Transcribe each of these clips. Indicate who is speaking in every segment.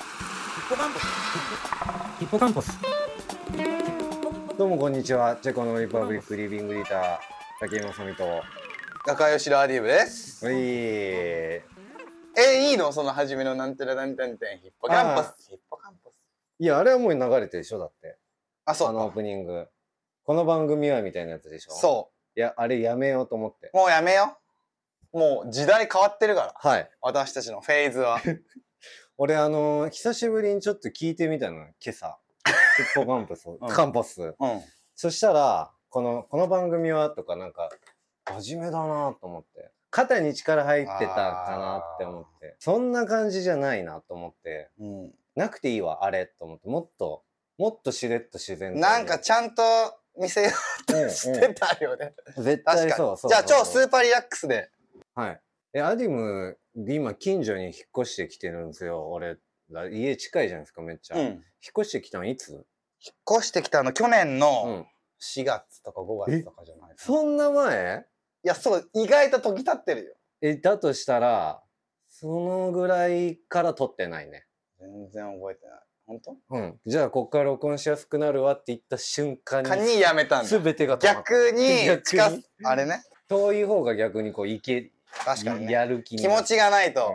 Speaker 1: ッポカンポス。ヒッポカンポス。
Speaker 2: どうもこんにちは。チェコのリパブリックリビングリーター竹山さみと。は
Speaker 3: 仲良しのアディーブです。
Speaker 2: い。え
Speaker 3: え、いいのその初めのなんてらなんてんてん、ヒッポカンパ
Speaker 2: あ
Speaker 3: ス。ヒッポカンパス。
Speaker 2: いやあれはもう流れてるでしょだって。
Speaker 3: あ、そ
Speaker 2: あのオ
Speaker 3: う
Speaker 2: ー
Speaker 3: か。
Speaker 2: プニング。この番組はみたいなやつでしょ。う。
Speaker 3: そ
Speaker 2: いやあれやめようと思って
Speaker 3: う。。もうやめよう。もう時代変わってるから。
Speaker 2: はい。
Speaker 3: 私たちのフェーズ は。
Speaker 2: 俺あのー久しぶりにちょっと聞いてみたの今 朝。ヒッポカンポス。
Speaker 3: ん
Speaker 2: カンポス。
Speaker 3: うん。
Speaker 2: そしたらこのこの番組はとかなんか真面目だなと思って。肩に力入ってたかなって思って。そんな感じじゃないなと思って。
Speaker 3: うん
Speaker 2: なくていいわあれと思ってもっともっとしれっと自然と
Speaker 3: なんかちゃんと見せよう
Speaker 2: うんうん
Speaker 3: としてたよね。
Speaker 2: 絶
Speaker 3: 確
Speaker 2: 対
Speaker 3: か
Speaker 2: そ
Speaker 3: に
Speaker 2: う。そう
Speaker 3: じゃあ
Speaker 2: そう
Speaker 3: 超スーパーリラックスで。
Speaker 2: はいえアディム今近所に引っ越してきてるんですよ俺ら家近いじゃないですかめっちゃ、
Speaker 3: うん。
Speaker 2: 引っ
Speaker 3: 引
Speaker 2: 越してきたのいつ、
Speaker 3: っ越してきたの去年
Speaker 2: う
Speaker 3: の
Speaker 2: ん、
Speaker 3: 4月とか5月とかじゃないかな。い
Speaker 2: そんな前
Speaker 3: や、そう、意外と時経ってるよ。
Speaker 2: えだとしたらそのぐらいから撮ってないね
Speaker 3: 全然覚えてない。本当
Speaker 2: うんじゃあこっから録音しやすくなるわって言った瞬間
Speaker 3: カ
Speaker 2: に
Speaker 3: ニやめたんだ。
Speaker 2: 全てが止まった
Speaker 3: 逆に
Speaker 2: 逆に
Speaker 3: 近す、あれね。
Speaker 2: 遠い方が逆にこういけ
Speaker 3: 確かにね。
Speaker 2: やる気に
Speaker 3: 気持ちがないと、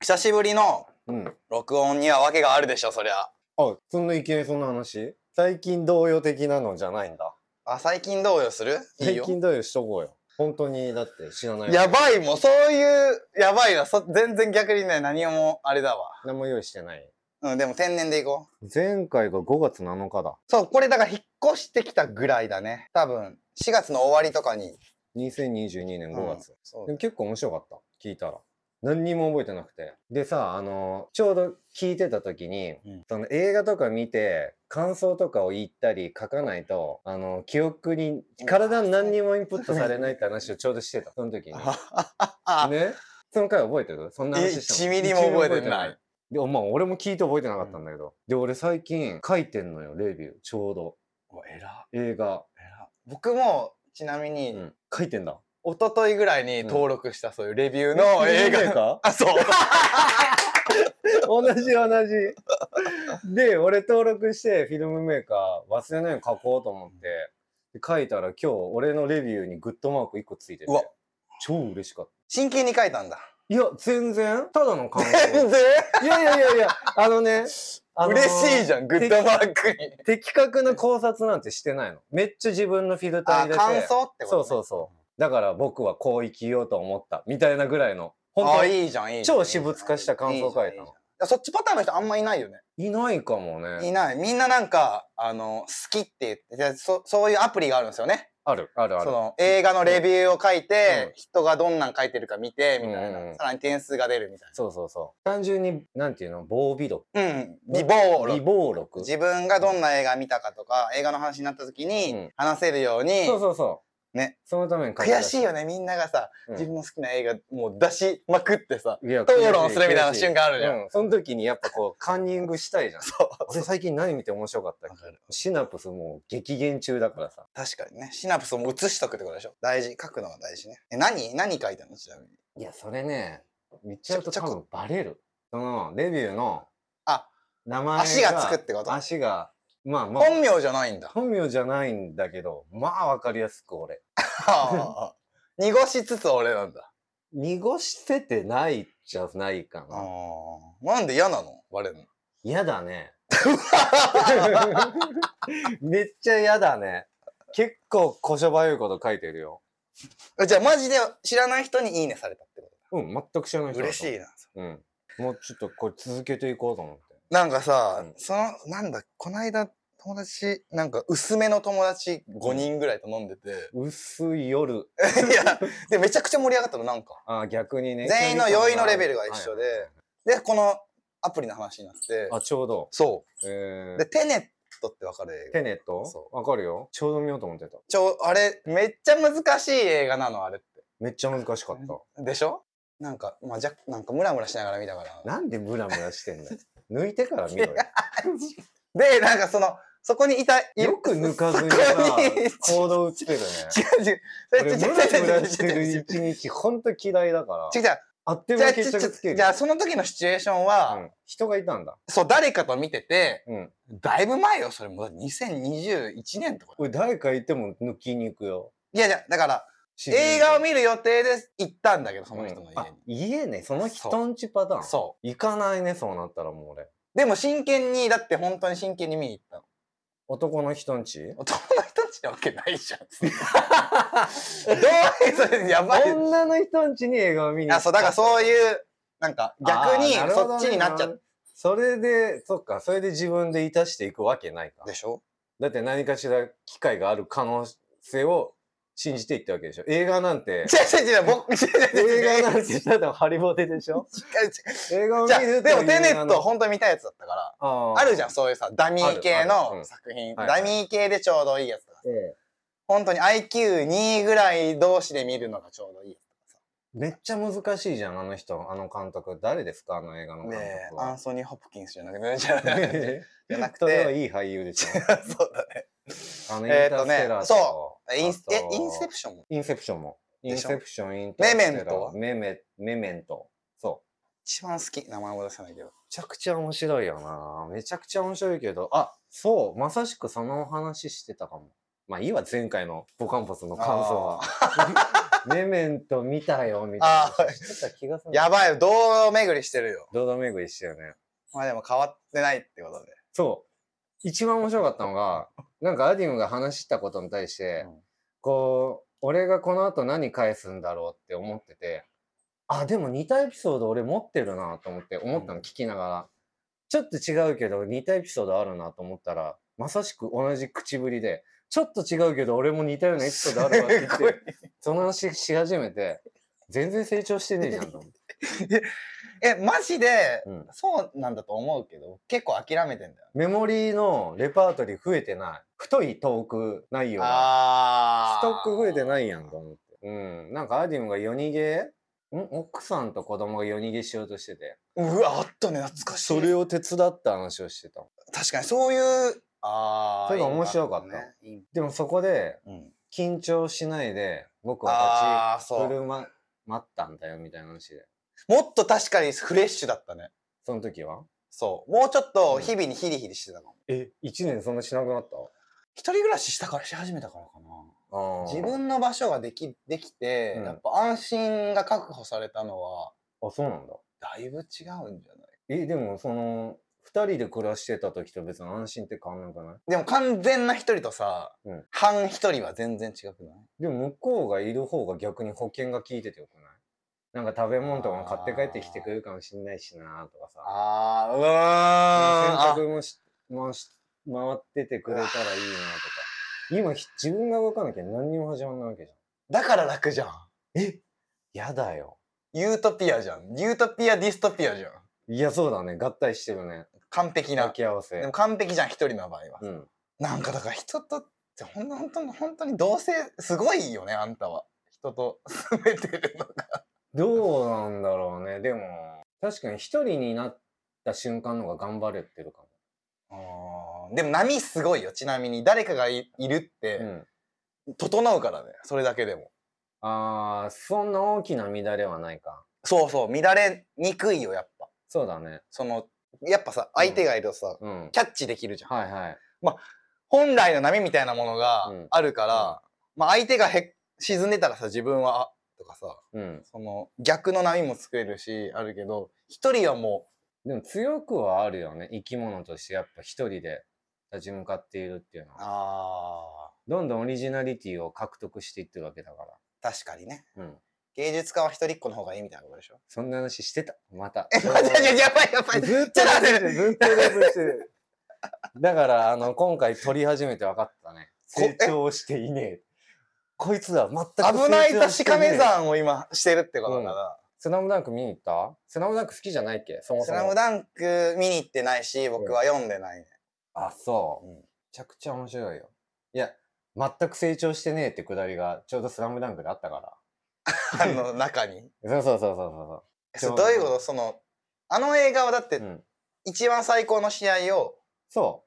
Speaker 3: 久しぶりの
Speaker 2: うん、うん
Speaker 3: 録音には訳があるでしょそりゃ
Speaker 2: あ、そんないきなりそんな話最近同様的なのじゃないんだ。
Speaker 3: あ最近どうよするいい
Speaker 2: 最
Speaker 3: よ
Speaker 2: 近同様しとこうよ。本当に、だって知らない。
Speaker 3: や、ばいもうそういうやばいなそ全然逆にね何もあれだわ
Speaker 2: 何も用意してない。
Speaker 3: うんでも天然でいこう
Speaker 2: 前回が5月7日だ。
Speaker 3: そうこれだから引っ越してきたぐらいだね多分4月の終わりとかに
Speaker 2: 2022年5
Speaker 3: う
Speaker 2: 月
Speaker 3: ん。そう
Speaker 2: でも結構面白かった。聞いたら。何にも覚えてなくて。でさ、あの、ちょうど聞いてた時に、
Speaker 3: うん
Speaker 2: その映画とか見て、感想とかを言ったり書かないと、あの、記憶に、体に何にもインプットされないって話をちょうどしてた。その時に。
Speaker 3: あ
Speaker 2: ね、その回覚えてるそんな話したの
Speaker 3: え1ミリも覚えてな
Speaker 2: 1ミ
Speaker 3: い
Speaker 2: リもでもまあ俺も聞いて覚えてなかったんだけど、で俺最近書いてんのよレビューちょうど
Speaker 3: お偉ら
Speaker 2: 映画、
Speaker 3: 僕もちなみに、
Speaker 2: うん書いてんだ
Speaker 3: 一昨日ぐらいに登録したそういうレビューの 映画、
Speaker 2: か
Speaker 3: あそう
Speaker 2: 同じ同じで俺登録してフィルムメーカー忘れないように書こうと思ってで書いたら今日俺のレビューにグッドマーク1個ついてて
Speaker 3: うわ
Speaker 2: 超嬉しかった
Speaker 3: 真剣に書いたんだ
Speaker 2: いや全然ただの感想
Speaker 3: 全然
Speaker 2: いやいやいやいやあのね、あのー
Speaker 3: 嬉しいじゃんグッドマークに
Speaker 2: 的確な考察なんてしてないのめっちゃ自分のフィルター
Speaker 3: あ
Speaker 2: 入れて
Speaker 3: 感想ってこと、ね、
Speaker 2: そうそうそうだから僕はこう生きようと思ったみたいなぐらいの本
Speaker 3: あ
Speaker 2: 当に
Speaker 3: いいじゃんいいじゃん
Speaker 2: 超私物化した感想を書いたの
Speaker 3: いやそっちパターンの人あんまいないよね
Speaker 2: いないかも
Speaker 3: い
Speaker 2: ね
Speaker 3: ないみんななんかあの好きって言っていやそそういうアプリがあるんですよね
Speaker 2: あるあるあ
Speaker 3: そ
Speaker 2: る
Speaker 3: の映画のレビューを書いて、
Speaker 2: うん
Speaker 3: 人がどんなん書いてるか見てみたいな、
Speaker 2: うんうんうん
Speaker 3: さらに点数が出るみたい
Speaker 2: そうそうそう単純になんていうの防備録
Speaker 3: なうん美貌
Speaker 2: 備
Speaker 3: 録
Speaker 2: 忘録
Speaker 3: 自分がどんな映画見たかとか映画の話になった時
Speaker 2: う
Speaker 3: に
Speaker 2: ん
Speaker 3: 話せるように、
Speaker 2: そうそうそう
Speaker 3: ね
Speaker 2: そのために書
Speaker 3: 悔しいよ
Speaker 2: ね
Speaker 3: ねみんながさ、
Speaker 2: うん
Speaker 3: 自分の好きな映画もう出しまくってさ
Speaker 2: いや
Speaker 3: 討論するみたいな瞬
Speaker 2: 間
Speaker 3: 間あるじゃん、
Speaker 2: その時にやっぱこうカンニングしたいじゃん
Speaker 3: そう
Speaker 2: 俺最近何見て面白かったっけシナプスもう激減中だからさ
Speaker 3: 確かにねシナプスも写しとくってことでしょ大事書くのが大事ねえ何何書いたのちなみに
Speaker 2: いや、それね、言っちゃうと
Speaker 3: ちょ
Speaker 2: 多分バレる。その、レビューの、
Speaker 3: あ、
Speaker 2: 名前が。
Speaker 3: 足がつくってこと
Speaker 2: 足が、まあまあ、
Speaker 3: 本名じゃない んだ
Speaker 2: 本名じゃないんだけど、まあわかりやすく俺。
Speaker 3: あー濁しつつ俺なんだ
Speaker 2: 濁しててないじゃないか
Speaker 3: あ
Speaker 2: な。
Speaker 3: ーなんで嫌なのバレるの
Speaker 2: 嫌だね。めっちゃ嫌だね。結構、こしょばゆいこと書いてるよ。
Speaker 3: えじゃあマジで知らない人にいいねされたってこ
Speaker 2: うん、全く知らない
Speaker 3: と
Speaker 2: 人だ
Speaker 3: 嬉しい
Speaker 2: い。
Speaker 3: な
Speaker 2: うん。もうちょっとこれ続けていこうと思って。
Speaker 3: なんかさ、
Speaker 2: うん
Speaker 3: そのなんだこないだ友達なんか薄めの友達5人ぐらいと飲んでて、
Speaker 2: 薄い夜。
Speaker 3: いやでめちゃくちゃ盛り上がったのなんか
Speaker 2: あー、逆にね。
Speaker 3: 全員の酔いのレベルが一緒で
Speaker 2: はいはいはい
Speaker 3: でこのアプリの話になって
Speaker 2: あ、ちょうど。
Speaker 3: そ
Speaker 2: え
Speaker 3: う
Speaker 2: ー
Speaker 3: でテネットってわかる映画
Speaker 2: テネット
Speaker 3: そ
Speaker 2: わかるよ。ちょうど見ようと思ってた。
Speaker 3: ちょ、あれ、めっちゃ難しい映画なの、あれって。
Speaker 2: めっちゃ難しかった。
Speaker 3: でしょなんか、まあ、じゃ、なんかムラムラしながら見たから。
Speaker 2: なんでムラムラしてんだよ。抜いてから見ろよ。
Speaker 3: で、なんかその、そこにいた、
Speaker 2: よく抜かずにさ
Speaker 3: そこに違う、
Speaker 2: 行動打ってるね。
Speaker 3: 違う違う。
Speaker 2: 俺ムラムラしてる一日、ほんと嫌いだから。
Speaker 3: 違う違う。
Speaker 2: あっという
Speaker 3: じゃ
Speaker 2: 間
Speaker 3: あ、
Speaker 2: に
Speaker 3: ち
Speaker 2: 決着つけ
Speaker 3: ち
Speaker 2: る。
Speaker 3: じゃあその時のシチュエーションは、
Speaker 2: うん人がいたんだ。
Speaker 3: そう、誰かと見てて、
Speaker 2: うん。
Speaker 3: だいぶ前よ、それも。だって2021年とか。
Speaker 2: 俺、誰かいても抜きに行くよ。
Speaker 3: いやいや、だから、
Speaker 2: 自然に
Speaker 3: 映画を見る予定で行ったんだけど、その人の
Speaker 2: う
Speaker 3: 家
Speaker 2: んあ
Speaker 3: に。
Speaker 2: 家ね、その人んちパターン。
Speaker 3: そ
Speaker 2: 行かないね、そうなったらもう俺。
Speaker 3: う。でも真剣に、だって本当に真剣に見に行ったの。
Speaker 2: 男の人んち
Speaker 3: 男の人たちなわけない じゃん。どういう、それやばい。
Speaker 2: 女の人んちに映画を見に行っ
Speaker 3: あ、
Speaker 2: た
Speaker 3: そう、だからそう
Speaker 2: う、
Speaker 3: いう、なんか逆に
Speaker 2: あーなるほど
Speaker 3: そっ
Speaker 2: ね
Speaker 3: ちになっちゃっ
Speaker 2: それで、そっか、それで自分でいたしていくわけないか
Speaker 3: た。で。しょ
Speaker 2: だって何かしら機会がある可能性を信じていったわけでしょ。映画なんて、
Speaker 3: 違う違う違う、僕、違う違う違う。
Speaker 2: 映画なんてただハリボテでしょ。
Speaker 3: 違う違う
Speaker 2: 映画を見
Speaker 3: じゃあ
Speaker 2: ると
Speaker 3: でもテネ
Speaker 2: 映画
Speaker 3: ッ
Speaker 2: の
Speaker 3: ト本当に見たいやつだったから
Speaker 2: あー
Speaker 3: あるじゃん。そういうさダミー系
Speaker 2: あるあるう
Speaker 3: の
Speaker 2: ん
Speaker 3: 作品
Speaker 2: はいは
Speaker 3: ダ
Speaker 2: い
Speaker 3: ミー系でちょうどいいやつとか
Speaker 2: ええ
Speaker 3: 本当に IQ2 ぐらい同士で見るのがちょうどいいや
Speaker 2: めっちゃ難しいじゃん、あの人、あの監督。誰ですか、あの映画の
Speaker 3: つ
Speaker 2: 監
Speaker 3: ねえ
Speaker 2: 督
Speaker 3: ア
Speaker 2: は
Speaker 3: ン。ソニー・ホプキンスじゃなくてじゃ なくて じゃなくて
Speaker 2: それはいい俳優でしょ。
Speaker 3: そうだね
Speaker 2: あの、イン
Speaker 3: えー
Speaker 2: タ
Speaker 3: と
Speaker 2: ー
Speaker 3: ね
Speaker 2: ステラーとか
Speaker 3: そインス
Speaker 2: あ
Speaker 3: え
Speaker 2: と
Speaker 3: インセプションも
Speaker 2: インセプションも。イ
Speaker 3: で
Speaker 2: ン
Speaker 3: しょ
Speaker 2: セプション、インターステラー。
Speaker 3: メメントは
Speaker 2: メメ、メメント。そう。
Speaker 3: 一番好き名前も出せないけど
Speaker 2: めちゃくちゃ面白いよな。めちゃくちゃ面白いけど、あ、そう、まさしくそのお話してたかも。まあいいわ、前回のボカンポスの感想は。 メメント見たよ、みたいな
Speaker 3: あー
Speaker 2: 話してた気がする。
Speaker 3: やばいよ堂巡りしてるよ
Speaker 2: 堂々巡りしてよね。
Speaker 3: まあでも変わってないってことで
Speaker 2: そう。一番面白かったのが、なんかアディムが話したことに対して、
Speaker 3: うん
Speaker 2: こう、俺がこの後何返すんだろうって思ってて、あ、でも似たエピソード俺持ってるなと思って、思った
Speaker 3: うん
Speaker 2: の聞きながら、ちょっと違うけど似たエピソードあるなと思ったら、まさしく同じ口ぶりで、ちょっと違うけど俺も似たようなエピソードあるわって言っ
Speaker 3: すごい
Speaker 2: て、その話し始めて、全然成長してねえじゃんと思って。
Speaker 3: えマジで
Speaker 2: うん
Speaker 3: そうなんだと思うけど結構諦めてんだよ
Speaker 2: メモリーのレパートリー増えてない。太いトーク内容が。
Speaker 3: あ
Speaker 2: ストック増えてないやんと
Speaker 3: か
Speaker 2: 思って。うん。なんかアディムが夜逃げん奥さんと子供が夜逃げしようとしてて。
Speaker 3: うわあったね懐かしい
Speaker 2: それを手伝った話をしてたの。
Speaker 3: 確かにそういうあ
Speaker 2: それが面白かった
Speaker 3: ね
Speaker 2: でもそこで
Speaker 3: うん、
Speaker 2: 緊張しないで僕は
Speaker 3: ああ
Speaker 2: 立ち
Speaker 3: そ
Speaker 2: 振
Speaker 3: う
Speaker 2: る舞待ったんだよみたいな話で。
Speaker 3: もっと確かにフレッシュだったね
Speaker 2: その時は
Speaker 3: そうもうちょっと日々にヒリヒリしてたの、
Speaker 2: え、一年そんなしなくなった
Speaker 3: 一人暮らししたからし始めたからかな
Speaker 2: あ
Speaker 3: 自分の場所ができできて、
Speaker 2: うん
Speaker 3: やっぱ安心が確保されたのは
Speaker 2: あ、そうなんだ。
Speaker 3: だいぶ違うんじゃない
Speaker 2: え、でもその、二人で暮らしてた時と別に安心って変わんなくない
Speaker 3: でも完全な一人とさ、
Speaker 2: うん
Speaker 3: 半一人は全然違くない
Speaker 2: でも向こうがいる方が逆に保険が効いててよくないなんか食べ物とかも買って帰ってきてくれるかもしんないしなとかさ。
Speaker 3: あーう
Speaker 2: 洗
Speaker 3: わーあ
Speaker 2: 濯もしもし回っててくれたらいいなとか。今ひ自分が動かなきゃ何にも始まんないわけじ
Speaker 3: だから楽じゃん
Speaker 2: ゃん。えやだよ。
Speaker 3: ユートピアじゃんユートピアディストピアじゃん
Speaker 2: いや、そうだね。合体してるね。
Speaker 3: 完璧な
Speaker 2: 抱き合わ
Speaker 3: で
Speaker 2: せ
Speaker 3: も。完璧じゃん、一人の場合は。
Speaker 2: うん。
Speaker 3: なんかだから人と、ほんと、ほんとに、本当に同性、すごいよね、あんたは。人と住めてるのが。
Speaker 2: どうなんだろうね。でも、確かに一人になった瞬間の方が頑張れてるかも。
Speaker 3: でも波すごいよ、ちなみに。誰かがいいるっ
Speaker 2: う
Speaker 3: て、
Speaker 2: ん。
Speaker 3: 整うからね、それだけでも。
Speaker 2: あー、そんな大きな乱れはないか。
Speaker 3: そうそう、乱れにくいよ、やっぱ。
Speaker 2: そうだね。
Speaker 3: その、やっぱさ、相手がいるとさ、
Speaker 2: うん。
Speaker 3: キャッチできるじゃん。
Speaker 2: はいはい。
Speaker 3: 本来の波みたいなもの
Speaker 2: う
Speaker 3: が
Speaker 2: ん
Speaker 3: あるから、まあ相手がへ沈んでたらさ、自分は、あとかさ、
Speaker 2: うん。
Speaker 3: その逆の波も作れるし、あるけど、一人はもう、
Speaker 2: でも強くはあるよね。生き物としてやっぱ一人で立ち向かっているっていうのは。
Speaker 3: あ
Speaker 2: どんどんオリジナリティを獲得していってるわけだか
Speaker 3: あ、確かにね。
Speaker 2: ら。うん。
Speaker 3: 芸術家は一人っ子の方がいいみたいなことでしょ。
Speaker 2: そんな話してた。また。
Speaker 3: え、待って待ってや ばいや ばい。
Speaker 2: ずっ
Speaker 3: ち
Speaker 2: と
Speaker 3: ょっと
Speaker 2: ル
Speaker 3: 待
Speaker 2: ー
Speaker 3: って
Speaker 2: プずっとループしてる。だから、あの、今回撮り始めて分かったね。
Speaker 3: こえ
Speaker 2: 成長していねえ。こいつら全く成長して
Speaker 3: 危ない確かめ
Speaker 2: ん。
Speaker 3: 算を今してるってことだか
Speaker 2: スラムダンク見に行ったスラムダンク好きじゃないっけそ
Speaker 3: ら。
Speaker 2: も
Speaker 3: ス
Speaker 2: そ
Speaker 3: ラム
Speaker 2: も。
Speaker 3: ダンク見に行ってないし、僕は読んでないね。
Speaker 2: あ、そう。
Speaker 3: うん
Speaker 2: めちゃくちゃ面白いよ。いや、全く成長してねえってくだりがちょうどスラムダンクであったか
Speaker 3: あの中 に。
Speaker 2: ら。そうそうそうそうそ
Speaker 3: それどういうことその、あの映画はだっ
Speaker 2: う
Speaker 3: て
Speaker 2: そう。う、ん。
Speaker 3: 一番最高の試合を、
Speaker 2: そ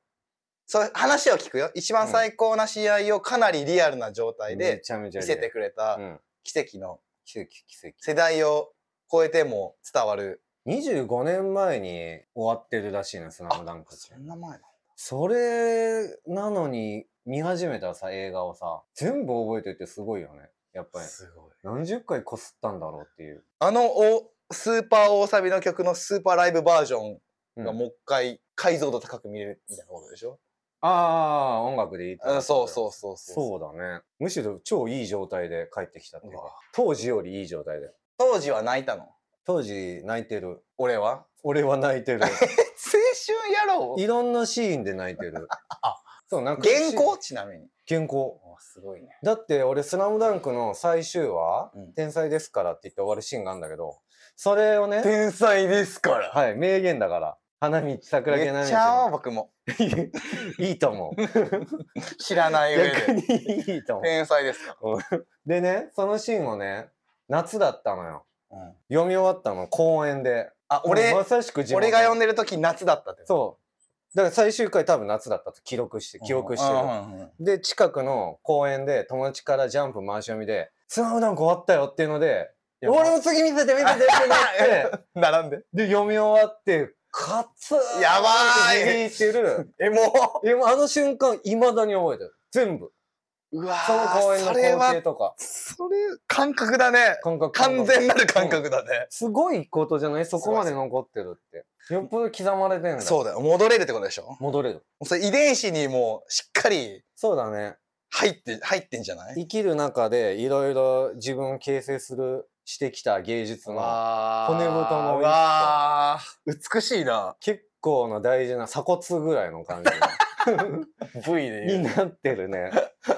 Speaker 3: そう話を聞くよ。一番最高な試合をかなりリアルな状
Speaker 2: う。
Speaker 3: 態
Speaker 2: め
Speaker 3: で
Speaker 2: ちゃめちゃ
Speaker 3: 見せて
Speaker 2: く
Speaker 3: くれた
Speaker 2: うん。
Speaker 3: 奇跡の
Speaker 2: 奇跡、奇跡。
Speaker 3: 世代を超えても伝わる。
Speaker 2: 25年前に終わってるらしいのよ、スラムダンクって
Speaker 3: そ。んな前なの
Speaker 2: それなのに見始めたさ、映画をさ、全部覚えてるってすごいよね。やっぱり。
Speaker 3: すごい。
Speaker 2: 何十回こすったんだろうっていう。
Speaker 3: あのおスーパー大サビの曲のスーパーライブバージョン
Speaker 2: うん
Speaker 3: がもう一回解像度高く見れるみたいなことでしょ、
Speaker 2: ああ、音楽でいいってこ
Speaker 3: う
Speaker 2: と
Speaker 3: ん、そうそうそう
Speaker 2: そうだね。むしろ超いい状態で帰ってきたっていう
Speaker 3: うわ
Speaker 2: か、当時よりいい状態で。
Speaker 3: 当時は泣いたの
Speaker 2: 当時泣いてる。
Speaker 3: 俺は
Speaker 2: 俺は泣い てる。
Speaker 3: 青春やろ
Speaker 2: いろんなシーンで泣いてる。
Speaker 3: あ
Speaker 2: そう、なんか。
Speaker 3: 原稿ちなみに
Speaker 2: 原稿。
Speaker 3: すごいね
Speaker 2: だって俺、スラムダンクの最終話、
Speaker 3: うん
Speaker 2: 天才ですからって言って終わるシーンがあるんだけど、それをね、
Speaker 3: 天才ですから
Speaker 2: はい、名言だから。花道、桜
Speaker 3: め
Speaker 2: 木
Speaker 3: っ
Speaker 2: 花
Speaker 3: ちゃ
Speaker 2: 道
Speaker 3: 僕も
Speaker 2: の。いいと思う。
Speaker 3: 知らない上
Speaker 2: 逆
Speaker 3: で
Speaker 2: にいいと思う。
Speaker 3: 天才ですか
Speaker 2: でね、そのシーンをね、夏だったのよ。
Speaker 3: ら、うん、
Speaker 2: 読み終わったの、公園で。
Speaker 3: あ俺
Speaker 2: もうまさしく地元
Speaker 3: 俺が読んでる時夏だったってう
Speaker 2: そう。だから最終回多分夏だったと記録して、記憶してる。で、近くの公園で友達からジャンプ回し読みで、スマムダンク終わったよっていうので、
Speaker 3: や
Speaker 2: 俺も次見せて見せてってなって、
Speaker 3: 並んで
Speaker 2: で、読み終わって、カツーン
Speaker 3: やばーい
Speaker 2: って響いてる。
Speaker 3: えも
Speaker 2: でもあの瞬間、未だに覚えてる。全部。
Speaker 3: ううわ
Speaker 2: その公園の
Speaker 3: それ
Speaker 2: 光景
Speaker 3: は
Speaker 2: とか、
Speaker 3: それ感覚だね
Speaker 2: 感覚
Speaker 3: 完全なる感覚だね、
Speaker 2: すごいことじゃないそこまで残ってるって。よっぽど刻まれてんだ。
Speaker 3: そうだよ戻れるってことでしょも
Speaker 2: 戻れる。
Speaker 3: うそれ遺伝子にもうしっかり
Speaker 2: そうだね。
Speaker 3: 入って入ってんじゃない
Speaker 2: 生きる中でいろいろ自分を形成するしてきた芸術の
Speaker 3: わ
Speaker 2: 骨太の一
Speaker 3: わー美しいな
Speaker 2: 結構な大事な鎖骨ぐらいの感じ
Speaker 3: 部位で
Speaker 2: になってるね。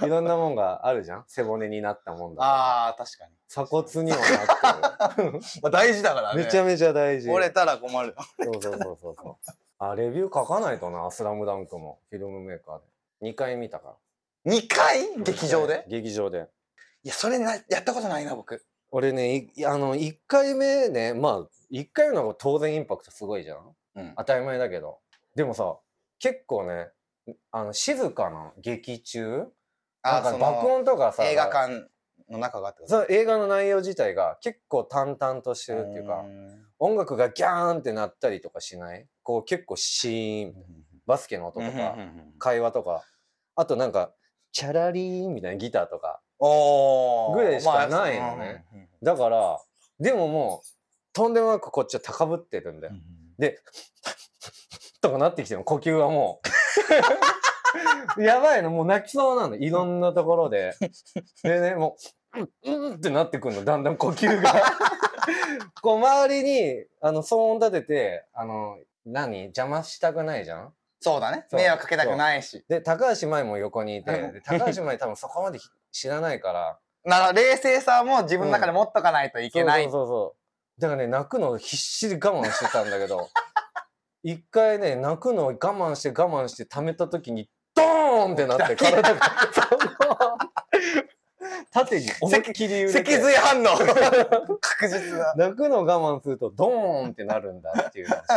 Speaker 2: いろんなもんがあるじゃん背骨になったもんだから
Speaker 3: あー確かに、
Speaker 2: 鎖骨にもなって
Speaker 3: まあ、大事だから ね
Speaker 2: るめちゃめちゃ大事
Speaker 3: 折れたら困る
Speaker 2: そうそうそうそうそうあレビュー書かないとな「スラムダンクもフィルムメーカーで2回見たか
Speaker 3: 2回
Speaker 2: ら
Speaker 3: 劇場で
Speaker 2: 劇場で
Speaker 3: いやそれなやったことないな僕
Speaker 2: 俺ねいあの1回目ねまあ1回目の方が当然インパクトすごいじゃん
Speaker 3: うん
Speaker 2: 当たり前だけどでもさ結構ねあの静かな劇中なんか
Speaker 3: その
Speaker 2: 爆音とかさ
Speaker 3: 映画館の中がってこと
Speaker 2: そう映画の内容自体が結構淡々としてるっていうか
Speaker 3: ん
Speaker 2: 音楽がギャーンって鳴ったりとかしないこう結構シーンバスケの音とか
Speaker 3: うんうんうん
Speaker 2: 会話とかあとなんかチャラリーンみたいなギターとか
Speaker 3: おー
Speaker 2: ぐらいしかないのね
Speaker 3: まあうんうんうん
Speaker 2: だからでももうとんでもなくこっちは高ぶってるんだよで、 とかなってきても呼吸はもう。やばいの、もう泣きそうなの、いろんなところで。でね、もう、うん、うんってなってくるの、だんだん呼吸 が。こう、周りに、あの、騒音立てて、あの、何邪魔したくないじゃん
Speaker 3: そうだね
Speaker 2: そう
Speaker 3: 迷惑かけたくないし
Speaker 2: で、高橋舞も横にいて、
Speaker 3: うん
Speaker 2: で高橋舞多分そこまで知らないから。
Speaker 3: なら冷静さも自分の中で持っとかないといけない、
Speaker 2: そうそうそうそう。だからね、泣くのを必死で我慢してたんだけ ど、一回ね、泣くのを我慢して我慢して溜めた時に、ドーンってなって、体 が、縦に思いっきり揺れ
Speaker 3: 脊
Speaker 2: て、
Speaker 3: 髄反応確実だ
Speaker 2: 泣くのを我慢すると、ドーンってなるんだっていうのを知 って。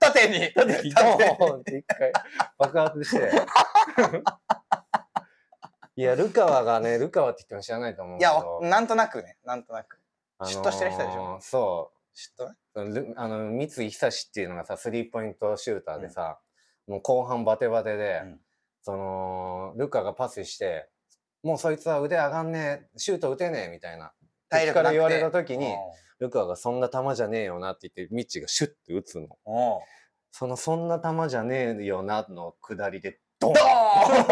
Speaker 3: 縦に
Speaker 2: ドーンって一回爆発して。 いや、ルカワがね、ルカワって言っても知らないと思う
Speaker 3: い
Speaker 2: けど。
Speaker 3: やわなんとなくねなんとなく嫉妬してる人でし
Speaker 2: あ
Speaker 3: ょ
Speaker 2: のーそう。
Speaker 3: ちょっとね
Speaker 2: ルあの三井久志っていうのがさスリーポイントシューターでさ、もう後半バテバテで、
Speaker 3: うん
Speaker 2: そのルカがパスしてもうそいつは腕上がんねえシュート打てねえみたいな
Speaker 3: 体力
Speaker 2: から
Speaker 3: なくて
Speaker 2: 言われた時に
Speaker 3: う
Speaker 2: ルカが「そんな球じゃねえよな」って言ってミッチがシュッて打つの
Speaker 3: んうん
Speaker 2: その「そんな球じゃねえよな」の下りで ドン
Speaker 3: ドーン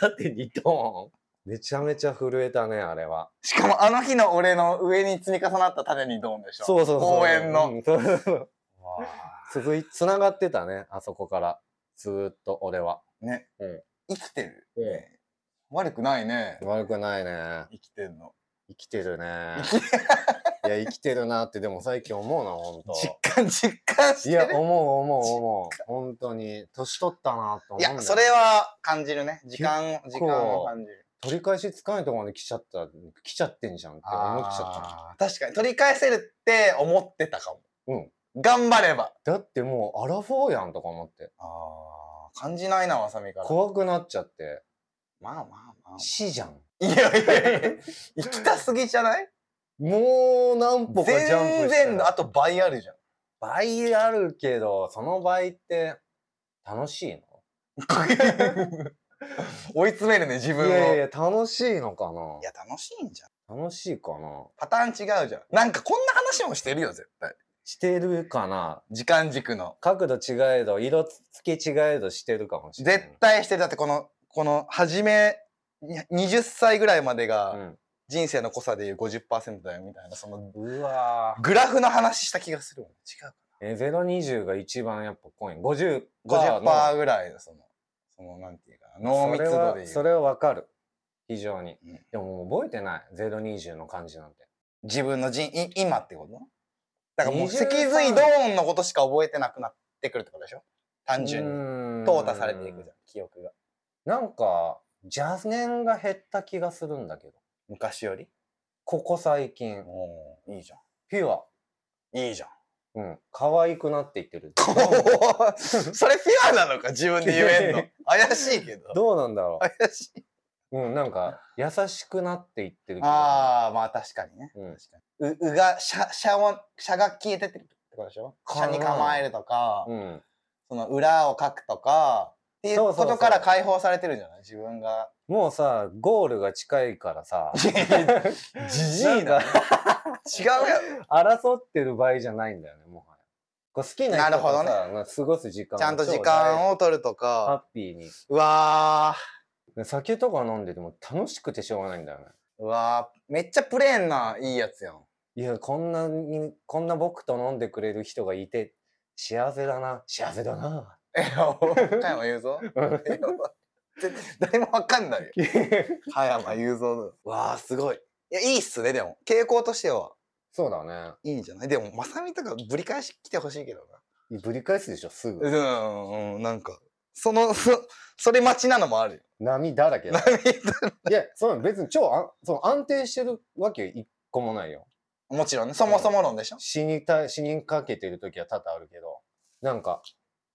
Speaker 2: 縦に ドンめちゃめちゃ震えたねあれは
Speaker 3: しかもあの日の俺の上に積み重なった種にドーンでしょ
Speaker 2: そうそうそう
Speaker 3: 公園の、
Speaker 2: うんそうそうそう
Speaker 3: わ
Speaker 2: 続いつながってたねあそこからずーっと俺は
Speaker 3: ーね、
Speaker 2: うん
Speaker 3: 生きてる、
Speaker 2: うん
Speaker 3: ね悪くないね
Speaker 2: 悪くないね
Speaker 3: 生きてんの
Speaker 2: 生きてる ねいや生きてるなってでも最近思うなほんと
Speaker 3: 実感実感して
Speaker 2: い
Speaker 3: る
Speaker 2: や思う思う思う本当に年取ったなと思うん
Speaker 3: い
Speaker 2: だよ
Speaker 3: やそれは感じるね時間時間を感じる
Speaker 2: 取り返しつかないところに来ちゃった来ちゃってんじゃんって思っちゃっ
Speaker 3: あー確かに取り返せるって思ってたかも、
Speaker 2: うん
Speaker 3: 頑張れば
Speaker 2: ただってもうアラフォーやんとか思って
Speaker 3: あー感じないなわさみからま
Speaker 2: 怖くなっちゃって
Speaker 3: あまあまあ
Speaker 2: 死じゃん
Speaker 3: いやいやいや行きたすぎじゃない
Speaker 2: もう何歩かジャン
Speaker 3: 全
Speaker 2: プした
Speaker 3: 然
Speaker 2: ら
Speaker 3: あと倍あるじゃん。
Speaker 2: 倍あるけどその倍って楽しい
Speaker 3: 追い詰めるね自
Speaker 2: の
Speaker 3: 分を。
Speaker 2: い
Speaker 3: いや
Speaker 2: やいや楽しいのかない
Speaker 3: 楽しいんじゃん。
Speaker 2: 楽しいかな
Speaker 3: パターン違うじゃん。なんかこんな話もしてるよ絶対。
Speaker 2: してるかな
Speaker 3: 時間軸の
Speaker 2: 角度違えど色付き違えどしてるかもしれない
Speaker 3: 絶対してるだってこのこの初めに20歳ぐらいまで
Speaker 2: う
Speaker 3: が
Speaker 2: ん
Speaker 3: 人生の濃さでいう50%だよみたいなその
Speaker 2: うわ
Speaker 3: グラフの話した気がするもん。違う。
Speaker 2: ーえ020が一番やっぱ濃い50
Speaker 3: 50%ぐらいのそのそのなんていうかな濃
Speaker 2: そ
Speaker 3: 密
Speaker 2: れ
Speaker 3: 度でい
Speaker 2: は
Speaker 3: う。
Speaker 2: それはわかる非常に、
Speaker 3: うん
Speaker 2: でももう覚えてない020の感じなんて
Speaker 3: 自分の人い今ってことだからもう
Speaker 2: 23
Speaker 3: 脊髄ドーンのことしか覚えてなくなってくるってことでしょ単純に
Speaker 2: に
Speaker 3: 淘汰されていくじゃん記憶が
Speaker 2: なんか邪念が減った気がするんだけど
Speaker 3: 昔より
Speaker 2: ここ最近
Speaker 3: おーいいじゃ
Speaker 2: ピュア
Speaker 3: んいいじゃん
Speaker 2: うん可愛くなっていってる
Speaker 3: それピュアなのか自分で言え んの怪しいけど
Speaker 2: どうなんだろ
Speaker 3: 怪しいう
Speaker 2: うんなんか優しくなっていってる気が
Speaker 3: ああまあ確かにね
Speaker 2: するうん
Speaker 3: 確かにううがしゃしゃをしゃが消えてってるってことでしょ
Speaker 2: か
Speaker 3: し
Speaker 2: な
Speaker 3: ゃに構えるとか、
Speaker 2: うん、
Speaker 3: その裏を書くとかっていう
Speaker 2: そう
Speaker 3: こ
Speaker 2: そうそう
Speaker 3: とから解放されてるんじゃない自分が
Speaker 2: もうさゴールが近いからさ
Speaker 3: じ
Speaker 2: じいだ
Speaker 3: 違うやろ
Speaker 2: 争ってる場合じゃないんだよねもはやこう好きな人
Speaker 3: なる
Speaker 2: と
Speaker 3: ほど
Speaker 2: さ、
Speaker 3: ね
Speaker 2: な過ごす時間
Speaker 3: ちゃんと時
Speaker 2: を
Speaker 3: 間を取ると
Speaker 2: 超大ハ
Speaker 3: か
Speaker 2: ッピーに
Speaker 3: うわ
Speaker 2: で酒とか飲んでても楽しくてしょうがないんだよね
Speaker 3: ーうわーめっちゃプレーンないいやつやん
Speaker 2: いやこんなにこんな僕と飲んでくれる人がいて幸せだな幸せだな
Speaker 3: え 加山雄三え絶対誰もわかんないよ加山雄三だようわーすごいいやいいっすねでも傾向としては
Speaker 2: そうだね
Speaker 3: いいんじゃないでもまさみとかぶり返し来てほしいけど
Speaker 2: ぶり返すでしょす
Speaker 3: な
Speaker 2: ぐ
Speaker 3: うんうんなんかそのそ それ待ちなのもあるよ
Speaker 2: 波だらけだよ
Speaker 3: 涙
Speaker 2: いやそう別に超あそう安定してるわけ一個もないよ
Speaker 3: もちろんねそもそも論でしょ
Speaker 2: 死にたい死にかけてる時は多々あるけどなんか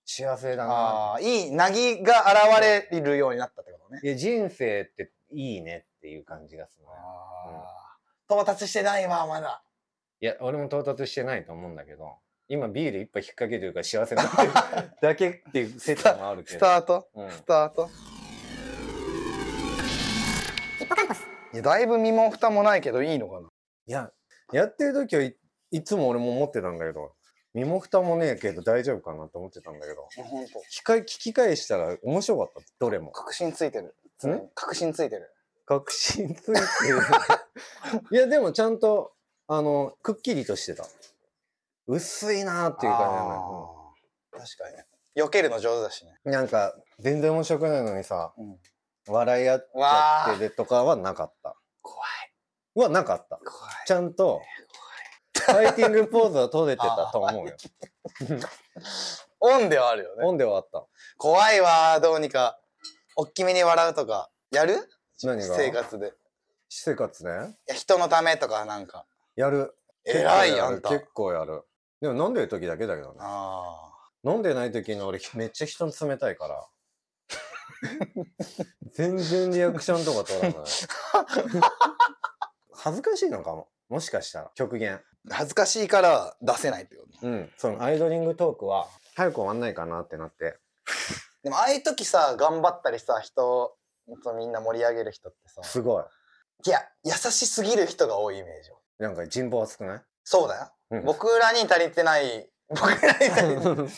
Speaker 2: 幸せだな
Speaker 3: ああいいなぎが現れるようになったってことね
Speaker 2: いや人生っていいねっていう感じがするね
Speaker 3: あー到達してないわまだ
Speaker 2: いや俺も到達してないと思うんだけど今ビール一杯引っ掛けてるから幸せにな ってるだけっていう説もあるけ
Speaker 3: ス
Speaker 2: ど、
Speaker 3: タート
Speaker 2: うん
Speaker 3: スタート
Speaker 1: ヒッポカンポス。
Speaker 3: いやだいぶ身も蓋もないけどいいのかない
Speaker 2: や、やってる時はい、いつも俺も思ってたんだけど、身も蓋もねえけど大丈夫かなって思ってたんだけど、
Speaker 3: 本当
Speaker 2: 聞か聞き返したら面白かった、どれも。
Speaker 3: 確信ついてる
Speaker 2: ん
Speaker 3: 確信ついてる
Speaker 2: 確信ついてる。 いや、でもちゃんと、あの、くっきりとしてた。薄いなーっていう感じなの
Speaker 3: あー確かにね避けるの上手だしね
Speaker 2: ようんなんか、全然面白くないのにさ、
Speaker 3: うん
Speaker 2: 笑い合っちゃってるとかはなかった。
Speaker 3: 怖い
Speaker 2: はなかった。
Speaker 3: 怖い
Speaker 2: ちゃんと、ファイティングポーズは取れてたと思うよ。
Speaker 3: オン ではあるよね
Speaker 2: オンではあった。
Speaker 3: 怖いわーどうにかおっきめに笑うとかやる
Speaker 2: 何が
Speaker 3: 生活でい
Speaker 2: 私生活ね。
Speaker 3: や人のためとかなんか
Speaker 2: やる。
Speaker 3: 偉い
Speaker 2: 結構や
Speaker 3: あ
Speaker 2: る
Speaker 3: んた
Speaker 2: 結構やる。でも飲んでる時だけだけどね。
Speaker 3: あ
Speaker 2: 飲んでない時の俺めっちゃ人に冷たいから。全然リアクションとか取らない。 恥ずかしいのかも。もしかしたら極限。
Speaker 3: ー恥ずかしいから出せないってこと
Speaker 2: うん。そのアイドリングトークは早く終わんないかなってなって。
Speaker 3: でもああいう時さ頑張ったりさ人とみんな盛り上げる人ってさ
Speaker 2: すごい。
Speaker 3: いや優しすぎる人が多いイメージ
Speaker 2: なんか人望厚く ない
Speaker 3: そうだよ、
Speaker 2: うん
Speaker 3: 僕らに足りてない僕らに足り てないい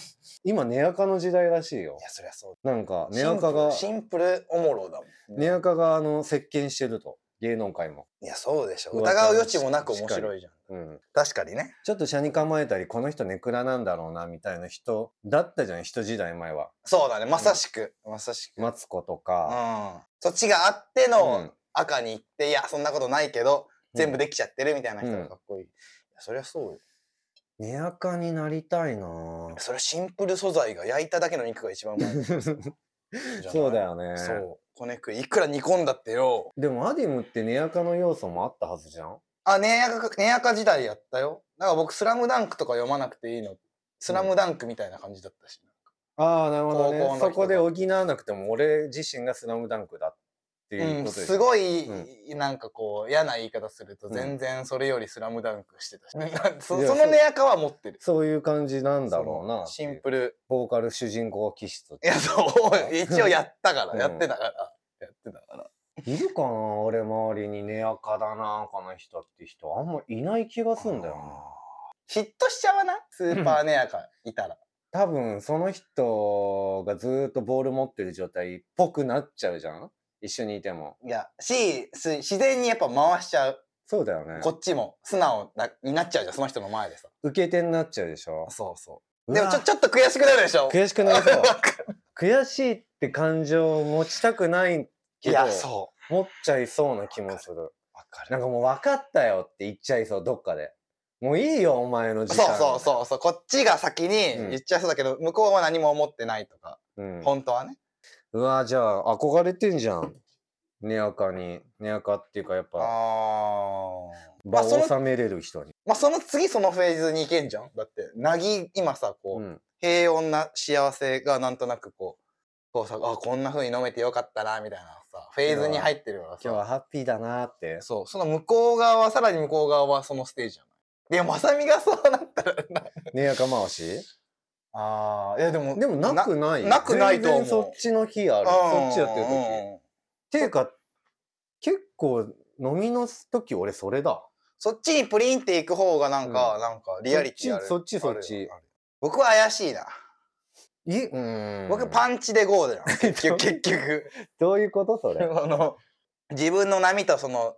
Speaker 2: 今、寝垢の時代らしいよ
Speaker 3: や。そりゃそう
Speaker 2: なんか、
Speaker 3: だ
Speaker 2: 寝垢が、
Speaker 3: シンプルシンプルおもろだもん
Speaker 2: 寝垢があの、席巻してると。芸能界も。
Speaker 3: いやそうでしょ
Speaker 2: うわ
Speaker 3: 疑う余地もなく面白いじゃん
Speaker 2: うん。
Speaker 3: 確かにね
Speaker 2: ちょっと車に構えたり、この人ネクラなんだろうな、みたいな人だったじゃん、人時代前は。
Speaker 3: そうだねまさしく、まさしく、
Speaker 2: マツコと
Speaker 3: う
Speaker 2: か。
Speaker 3: ん、そっちがあって
Speaker 2: う
Speaker 3: の
Speaker 2: ん
Speaker 3: 赤に行って、いやそんなことないけど全部できちゃってるみたいな人
Speaker 2: う
Speaker 3: が
Speaker 2: ん
Speaker 3: かっこいい,、いやそりゃそうよ
Speaker 2: 寝垢になりたいなぁ
Speaker 3: それはシンプル素材が焼いただけの肉が一番うまい
Speaker 2: そうだよ
Speaker 3: よ、
Speaker 2: ね。
Speaker 3: そうこねくりいくら煮込んだってよ
Speaker 2: でも、アディムって寝垢の要素もあったはずじゃん
Speaker 3: あねやかねやか時代やったよだから僕「スラムダンクとか読まなくていいの「スラムダンクみたいな感じだったし、
Speaker 2: ああ、なるほど
Speaker 3: 高校の
Speaker 2: ね。
Speaker 3: 人
Speaker 2: そ
Speaker 3: が
Speaker 2: こで補わなくても、俺自身がスラムダンクだっっていう
Speaker 3: う
Speaker 2: こと
Speaker 3: ん、
Speaker 2: です
Speaker 3: ごい、なんかこう嫌な言い方すると全然それより「スラムダンクしてたし、 そ
Speaker 2: いや
Speaker 3: その
Speaker 2: そう
Speaker 3: 根やかは持ってる
Speaker 2: そういう感じなんだろう
Speaker 3: そ
Speaker 2: な
Speaker 3: の
Speaker 2: って
Speaker 3: シ
Speaker 2: いう
Speaker 3: ンプル
Speaker 2: ボーカル主人公気質って
Speaker 3: いやそう一応やったから、
Speaker 2: うん
Speaker 3: やってたからやってたから
Speaker 2: いるかな俺周りに根やかだなこの人って人あんまいない気がすんだよね
Speaker 3: 嫉妬しちゃわなスーパーネアカいたら
Speaker 2: 多分その人がずーっとボール持ってる状態っぽくなっちゃうじゃん一緒にいても
Speaker 3: いやしす自然にやっぱ回しちゃう
Speaker 2: そうだよね
Speaker 3: こっちも素直だになっちゃうじゃんその人の前でさ
Speaker 2: 受け手になっちゃうでしょ
Speaker 3: そうそううでもちょ
Speaker 2: わ
Speaker 3: ちょっと悔しくなるでしょ
Speaker 2: 悔しくなりそう 悔しいって感情を持ちたくないけど
Speaker 3: いやそう
Speaker 2: 持っちゃいそうな気もする
Speaker 3: わか
Speaker 2: なんかもう分かったよって言っちゃいそうどっかでもういいよお前の時
Speaker 3: そ
Speaker 2: 間
Speaker 3: うそうそうそうこっちが先に
Speaker 2: うん
Speaker 3: 言っちゃいそうだけど、向こうは何も思ってないとか、
Speaker 2: う、うん、
Speaker 3: 本当はね
Speaker 2: うわじゃあ憧れてんじゃんねやかにねやかっていうかやっ
Speaker 3: あ
Speaker 2: ぱ
Speaker 3: ーま
Speaker 2: 場
Speaker 3: あそ
Speaker 2: を
Speaker 3: の
Speaker 2: 収めれる人に、
Speaker 3: まあその次そのフェーズに行けんじゃんだってなぎ今さこう、
Speaker 2: うん
Speaker 3: 平穏な幸せがなんとなくこうこうさあこんな風に飲めてよかったなみたいなさフェーズに入ってるからさ
Speaker 2: 今日はハッピーだなーって
Speaker 3: そう、その向こう側は、さらに向こう側はそのステージじゃない。で、まさみがそうなったらな。
Speaker 2: ねやか回し
Speaker 3: ああ、いやでも
Speaker 2: でもなく
Speaker 3: な
Speaker 2: ない
Speaker 3: なくないと思う
Speaker 2: 全然そっちの日あるそっちやってる時っ
Speaker 3: 時。
Speaker 2: ていうか結構飲みの時俺それだ
Speaker 3: そっちにプリンっていく方がなんか、
Speaker 2: うん
Speaker 3: なんかリアリティある。
Speaker 2: そっちそっち
Speaker 3: ある
Speaker 2: そっち
Speaker 3: ある僕は怪しいな。
Speaker 2: いうん
Speaker 3: 僕パンチでゴール なの。結局、結局。
Speaker 2: どういうことそれ
Speaker 3: その、自分の波とその、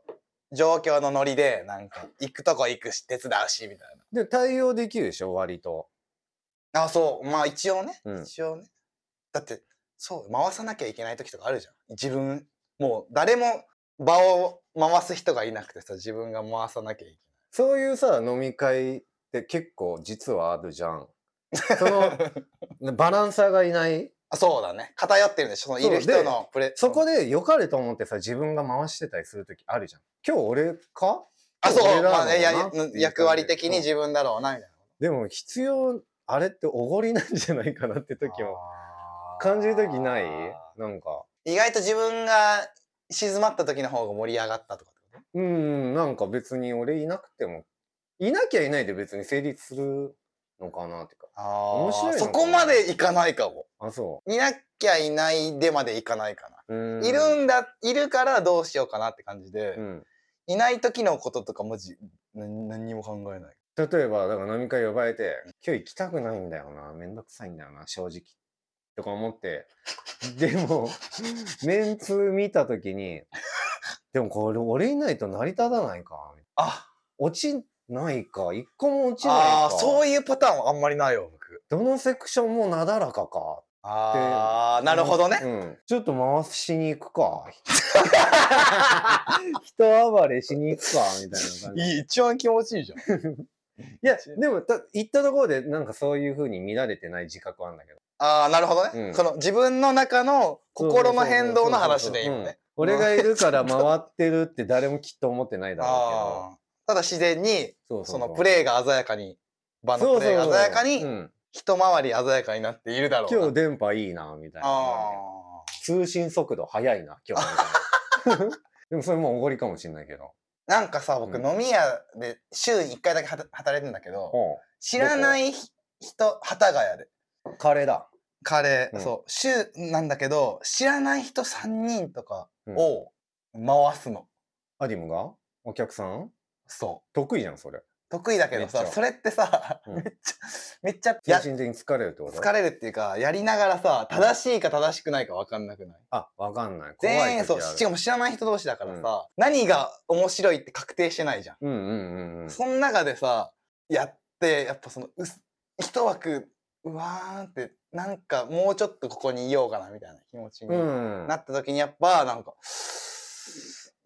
Speaker 3: 状況のノリで、なんか、行くとこ行くし、手伝うし、みたい
Speaker 2: で対応できるでしょ割と
Speaker 3: な。あ、そう。まあ一応ね。
Speaker 2: うん
Speaker 3: 一応ね。だって、そう、回さなきゃいけない時とかあるじゃん。自分、もう誰も場を回す人がいなくてさ、自分が回さなきゃい
Speaker 2: そういうさ飲み会って結構実はあるじゃんそ
Speaker 3: け
Speaker 2: の
Speaker 3: ない。
Speaker 2: バランサーがいない
Speaker 3: あそうだね。偏ってるんでしょ、そのいる
Speaker 2: そう
Speaker 3: 人
Speaker 2: で
Speaker 3: のプレ
Speaker 2: そこで良かれと思ってさ自分が回してたりする時あるじゃん今日俺か
Speaker 3: あ、そう、
Speaker 2: 俺らの
Speaker 3: まあね、や
Speaker 2: なっていう感じ
Speaker 3: 役割的に
Speaker 2: うん
Speaker 3: 自分だろうな、みたい
Speaker 2: でも必要あれっておごりなんじゃないかなって
Speaker 3: な。
Speaker 2: 時も
Speaker 3: あー
Speaker 2: 感じる時ないなんか
Speaker 3: 意外と自分が静まった時の方が盛り上がったとかってこ
Speaker 2: うんなんか別に俺いなくてもいなきゃいないで別に成立するのかなってか
Speaker 3: と。あ
Speaker 2: 面白いのか
Speaker 3: そ
Speaker 2: な
Speaker 3: こまでいかないかも。
Speaker 2: あそ
Speaker 3: いなきゃいないでまでいかないかな。
Speaker 2: ううん
Speaker 3: いるんだ、いるからどうしようかなって感じで、
Speaker 2: うん
Speaker 3: いない時のこととかマジ、な何にも考えない。
Speaker 2: 例えばだから飲み会呼ばれて今日行きたくないんだよなめんどくさいんだよな正直とか思ってで もメンツ見た時にでもこれ俺いないと成り立たないか
Speaker 3: あ、
Speaker 2: 落ちないか一個も落ちないか
Speaker 3: あーそういうパターンはあんまりないよ、僕。
Speaker 2: どのセクションもなだらかか
Speaker 3: ああ、なるほどね。
Speaker 2: うんちょっと回しに行く か人暴れしに行くかみたいな感じ
Speaker 3: いい、一番気持ちいいじゃん。
Speaker 2: いやでもた行ったところでなんかそういう風に見られてない自覚はあるんだけど
Speaker 3: ああ、なるほどね、
Speaker 2: うん
Speaker 3: その自分の中の心の変動の話で
Speaker 2: いい
Speaker 3: 今ね。
Speaker 2: 俺がいるから回ってるって誰もきっと思ってないだろ
Speaker 3: ああ。ただ自然に、
Speaker 2: うけど。
Speaker 3: そのプレーが鮮やかに、場のプレーが鮮やか
Speaker 2: そうそうそう
Speaker 3: に、
Speaker 2: うん
Speaker 3: 一回り鮮やかになっているだろうな。
Speaker 2: 今日電波いいな、みたいな。
Speaker 3: ああ。
Speaker 2: 通信速度速いな、今日みたいな。 でもそれもおごりかもしんないけど。
Speaker 3: なんかさ、僕
Speaker 2: うん
Speaker 3: 飲み屋で週1回だけ働働いてんだけど、
Speaker 2: おう
Speaker 3: 知らないひ人、幡ヶ谷で。
Speaker 2: カレーだ。
Speaker 3: カレー、
Speaker 2: うん
Speaker 3: そう、週なんだけど、知らない人3人とか
Speaker 2: うん
Speaker 3: を回すの。
Speaker 2: アディムがお客さん
Speaker 3: そう。
Speaker 2: 得意じゃん、それ。
Speaker 3: 得意だけどさ
Speaker 2: めっ、ちゃ
Speaker 3: それってさ、
Speaker 2: うん
Speaker 3: めっちゃ、めっちゃ
Speaker 2: 精
Speaker 3: や、
Speaker 2: 神的に疲れるってこと
Speaker 3: 疲れるっていうか、やりながらさ、正しいか正しくないか分かんなくない
Speaker 2: あ、わかんない。怖
Speaker 3: 全
Speaker 2: い
Speaker 3: 員、
Speaker 2: 時
Speaker 3: そう、
Speaker 2: ある
Speaker 3: しかも知らない人同士だから
Speaker 2: うん
Speaker 3: さ、何が面白いって確定してないじゃん。
Speaker 2: うんうんうんうん。
Speaker 3: その中でさやってやっぱそのうす一枠うわーってなんかもうちょっとここにいようかなみたいな気持ちにな
Speaker 2: うん。
Speaker 3: った時にやっぱなんか、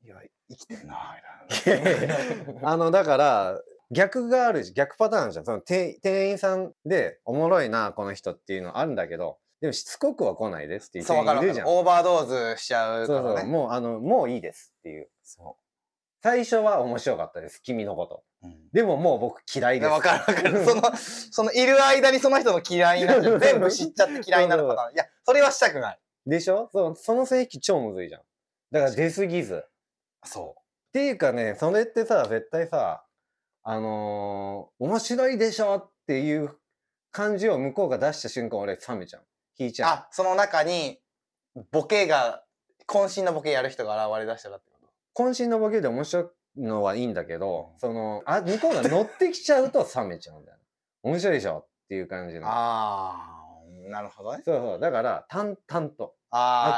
Speaker 3: いや生きてるなみたいな。
Speaker 2: あのだから逆があるし逆パターンあるじゃんその店店員さんでおもろいなこの人っていうのあるんだけどでもしつこくは来ないですっていう
Speaker 3: そう
Speaker 2: 店
Speaker 3: わか
Speaker 2: 員い
Speaker 3: る
Speaker 2: るじ
Speaker 3: わか
Speaker 2: ゃ
Speaker 3: る
Speaker 2: ん
Speaker 3: オーバードーズしちゃうか
Speaker 2: そう
Speaker 3: ら
Speaker 2: そう
Speaker 3: ね。
Speaker 2: もうあのもういいですっていう
Speaker 3: そ
Speaker 2: 最初は面白かったです君のこと
Speaker 3: ううん
Speaker 2: でももう僕嫌い
Speaker 3: い
Speaker 2: で
Speaker 3: や
Speaker 2: す
Speaker 3: わかるわかる。その、そのいる間にその人の嫌いになって、全部知っちゃって嫌いになるパターン。いや、それはしたくない。
Speaker 2: でしょそのその性癖超むずいじゃんだから出すぎず。っ
Speaker 3: そ。
Speaker 2: ていうかね、それってさ、絶対さ、あのー面白いでしょっていう感じを向こうが出した瞬間、俺冷めちゃう。引いうちゃ
Speaker 3: あ、その中に、ボケが、渾身のボケやる人が現れ出したらってこと。
Speaker 2: う。渾身のボケで面白いのはいいんだけど、その、あ、向こうが乗ってきちゃうと冷めちゃうんだ よね。面白いでしょっていう感じの。
Speaker 3: ああ、なるほどね。
Speaker 2: そうそう。だから、淡々と。
Speaker 3: あ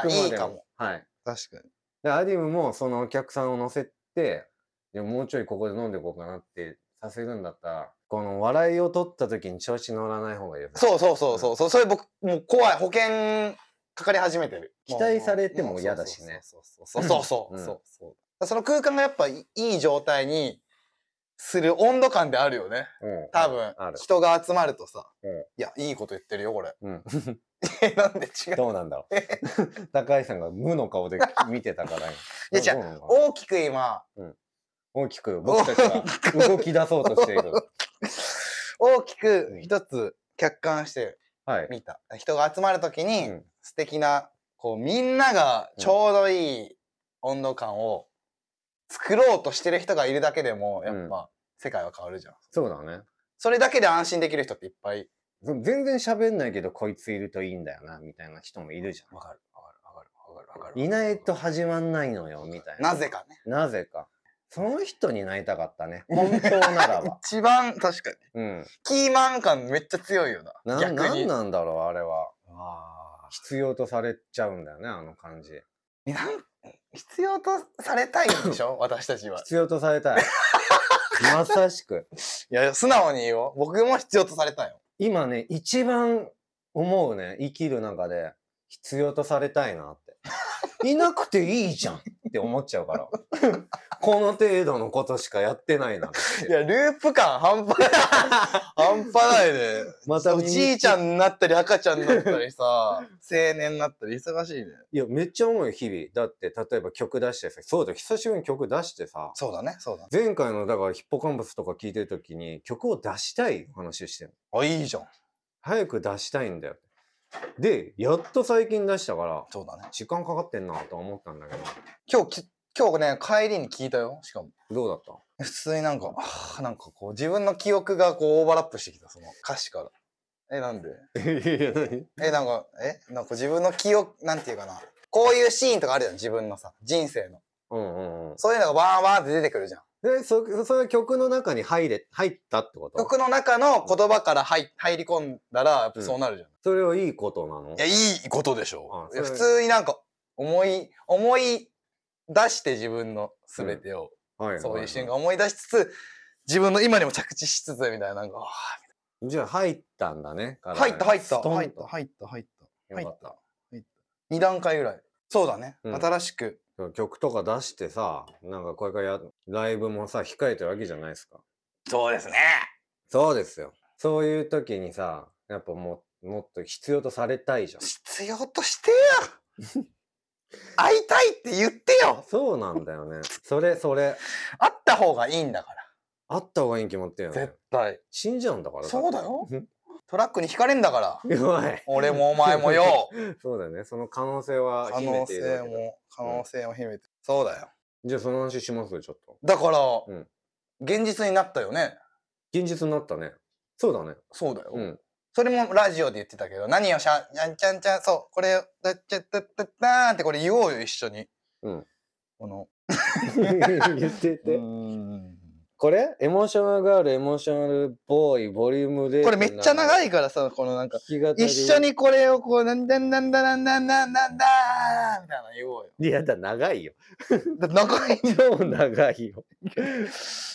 Speaker 2: あ
Speaker 3: あ、
Speaker 2: くまでも
Speaker 3: いいかも。。
Speaker 2: はい。
Speaker 3: 確かに。
Speaker 2: で、アディムもそのお客さんを乗せて、いやもうちょいここで飲んでいこうかなってさせるんだったら、この笑いを取った時に調子乗らない方がいいよね。
Speaker 3: そうそうそうそう。そうそれ僕、もう怖い。保険かかり始めてる。
Speaker 2: 期待されても嫌だしね
Speaker 3: そうそうそうそう。そうそう
Speaker 2: うん
Speaker 3: そうそうその空間がやっぱいい状態にする温度感であるよね。
Speaker 2: うん。
Speaker 3: 多分
Speaker 2: ある、
Speaker 3: 人が集まるとさ、
Speaker 2: うん
Speaker 3: いや、いいこと言ってるよ、これ。
Speaker 2: うん。
Speaker 3: えなんで違 う。
Speaker 2: どうなんだろう。 高橋さんが無の 顔で見てたから
Speaker 3: いやじゃあ
Speaker 2: どうなのかな
Speaker 3: 大きく今、
Speaker 2: 大きく僕たちが動き出そうとしてい る。
Speaker 3: 大きく一つ客観して
Speaker 2: はい。
Speaker 3: みた。人が集まるときに、
Speaker 2: うん
Speaker 3: 素敵な、こう、みんながちょうどいい温度感を作ろうとしてる人がいるだけでも、やっぱ、世界は変わるじゃん。
Speaker 2: そうだね。
Speaker 3: それだけで安心できる人っていっぱい。
Speaker 2: 全然喋んないけど、こいついるといいんだよな、みたいな人もいるじゃ
Speaker 3: わかる、わかる、わかる、わかる、わか
Speaker 2: ん。いないと始まんないのよ、みたいな。
Speaker 3: なぜかね。
Speaker 2: なぜか。その人になりたかった ね。本当ならば。
Speaker 3: 一番、確かに。
Speaker 2: うん。
Speaker 3: キーマン感めっちゃ強いよな。
Speaker 2: な、
Speaker 3: 逆
Speaker 2: なん
Speaker 3: に。
Speaker 2: なんだろう、あれは。
Speaker 3: あ
Speaker 2: 必要とされちゃうんだよね、あの感じ。
Speaker 3: ーなん必要とされたいんでしょ 私たちは。
Speaker 2: 必要とされ たい。まさしく。
Speaker 3: いや、素直に言おう。僕も必要とされたいよ。
Speaker 2: 今ね、一番思うね、生きる中で、必要とされたいな って。いなくていいじゃんって思っちゃうから。 この程度のことしかやってない なって。
Speaker 3: いや、ループ感半端 ない。半端ないね。
Speaker 2: また
Speaker 3: おじいちゃんになったり、赤ちゃんになったりさ、 青年になったり、忙しいね。
Speaker 2: いや、めっちゃ思うよ、日々。だって、例えば曲出してさ、そうだ、久しぶりに曲出してさ、
Speaker 3: そうだね、そうだね。
Speaker 2: 前回のだからヒッポカンパスとか聞いてる時に曲を出したい話をしてる
Speaker 3: あ、いいじゃん。
Speaker 2: 早く出したいんだよでやっと最近出したから
Speaker 3: そうだね。
Speaker 2: 時間かかってんなとは思ったんだけど
Speaker 3: 今日き、今日ね、帰りに聞いたよ、しかも。
Speaker 2: どうだった
Speaker 3: 普通になんか、あーなんかこう、自分の記憶がこう、オーバーラップしてきた、その歌詞から。え、なんで
Speaker 2: いや何
Speaker 3: え、なんか、え、なんか自分の記憶、なんていうかな。こういうシーンとかあるじゃん、自分のさ、人生の。
Speaker 2: うんうんうん
Speaker 3: そういうのがバーンバーンって出てくるじゃん。
Speaker 2: でそそれは曲の中に入れ入ったってこと
Speaker 3: 曲の中の言葉から入入り込んだら、やっぱそうなるじゃん。
Speaker 2: それはいいことなの
Speaker 3: いや、いいことでしょ
Speaker 2: あ。
Speaker 3: いや
Speaker 2: そ
Speaker 3: 普
Speaker 2: れ
Speaker 3: 通になんか、思い、思い出して自分の全てを、
Speaker 2: はいは
Speaker 3: そういう瞬
Speaker 2: は
Speaker 3: 間思い出しつつ、自分の今にも着地しつつ、みたいな、なんか、あ
Speaker 2: じゃあ入ったんだね
Speaker 3: ー入った、入った、
Speaker 2: ストンと
Speaker 3: 入った、入った、入った。
Speaker 2: よかっ
Speaker 3: 入った。2段階ぐらい。そうだね。
Speaker 2: うん
Speaker 3: 新しく。
Speaker 2: た曲とか出してさなんかこれからやライブもさ控えてるわけじゃないですか
Speaker 3: そうですね。
Speaker 2: そうですよ。そういう時にさ、やっぱももっと必要とされたいじゃん。
Speaker 3: 必要としてよ 会いたいって言ってよ
Speaker 2: そうなんだよね。それ、それ、
Speaker 3: 会った方がいいんだか
Speaker 2: あった方がいいに決まってる
Speaker 3: ら。
Speaker 2: よね
Speaker 3: 絶。対。
Speaker 2: 死んじゃうんだから。
Speaker 3: そうだ よ
Speaker 2: うん。
Speaker 3: トラックに引かれんだから。
Speaker 2: 弱い。
Speaker 3: 俺もお前 もよ。
Speaker 2: そうだよね。その可能性は
Speaker 3: 可
Speaker 2: 秘め
Speaker 3: 能
Speaker 2: ているわ
Speaker 3: 性
Speaker 2: けだ
Speaker 3: も、可能性も秘めて。そうだよ。
Speaker 2: じゃあその話しますよ、ちょっと。
Speaker 3: だから、
Speaker 2: うん
Speaker 3: 現実になったよね。
Speaker 2: 現実になったね。そうだね。
Speaker 3: そうだよ。
Speaker 2: うん。
Speaker 3: それもラジオで言ってたけど、何をしゃ、やんちゃんちゃん、そう、これを、だっちゃったったったーんってこれ言おうよ、一緒に。
Speaker 2: うん
Speaker 3: この、
Speaker 2: 言ってて。これエモーショナルガール、エモーショナルボーイ、ボリュームで。
Speaker 3: これめっちゃ長い
Speaker 2: か
Speaker 3: からさ、このなんか、
Speaker 2: ら
Speaker 3: 一緒。にこれをこう、なんだなんだなんだなんだなんだーみたいなの言おうよ。
Speaker 2: いやだ、長いよ。
Speaker 3: だ長い、
Speaker 2: 超長いよ。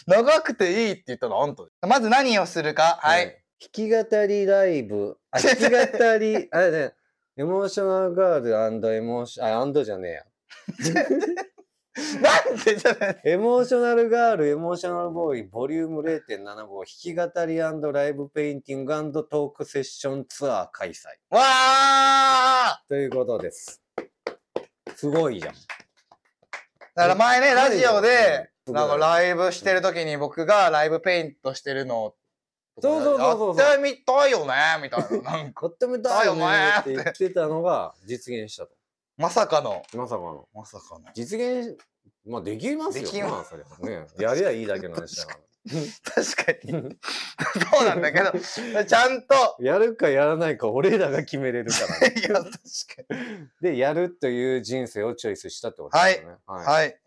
Speaker 3: 長くていいって言ったの、あんたで。まず何をするか、 はい。
Speaker 2: うん。弾き語りライブ、あ弾き語 り、あれね、エモーショナルガールエモーショあ、アンドじゃねえや。
Speaker 3: なんでじゃない
Speaker 2: エモーショナルガール、エモーショナルボーイ、ボリューム0.75、弾き語りライブペインティングトークセッションツアー開催。
Speaker 3: わー
Speaker 2: ということです。すごいじゃん。
Speaker 3: だから前ね、ラジオで、
Speaker 2: うん
Speaker 3: なんかライブしてる時に僕がライブペイントしてるのを
Speaker 2: そうそうそうそうそう
Speaker 3: やってみたいよねみたいな。なんか
Speaker 2: 買ってみたいよねって言ってたのが実現したと。
Speaker 3: まさかの。
Speaker 2: まさかの。
Speaker 3: まさかの。
Speaker 2: 実現、まあできますよ。
Speaker 3: できます
Speaker 2: すね。やりゃいいだけの話だか
Speaker 3: 確かに。
Speaker 2: ら。
Speaker 3: そうなんだけど、ちゃんと。
Speaker 2: やるかやらないか俺らが決めれるからね、
Speaker 3: いや、確かに。
Speaker 2: で、やるという人生をチョイスしたってことですよね。は
Speaker 3: はい。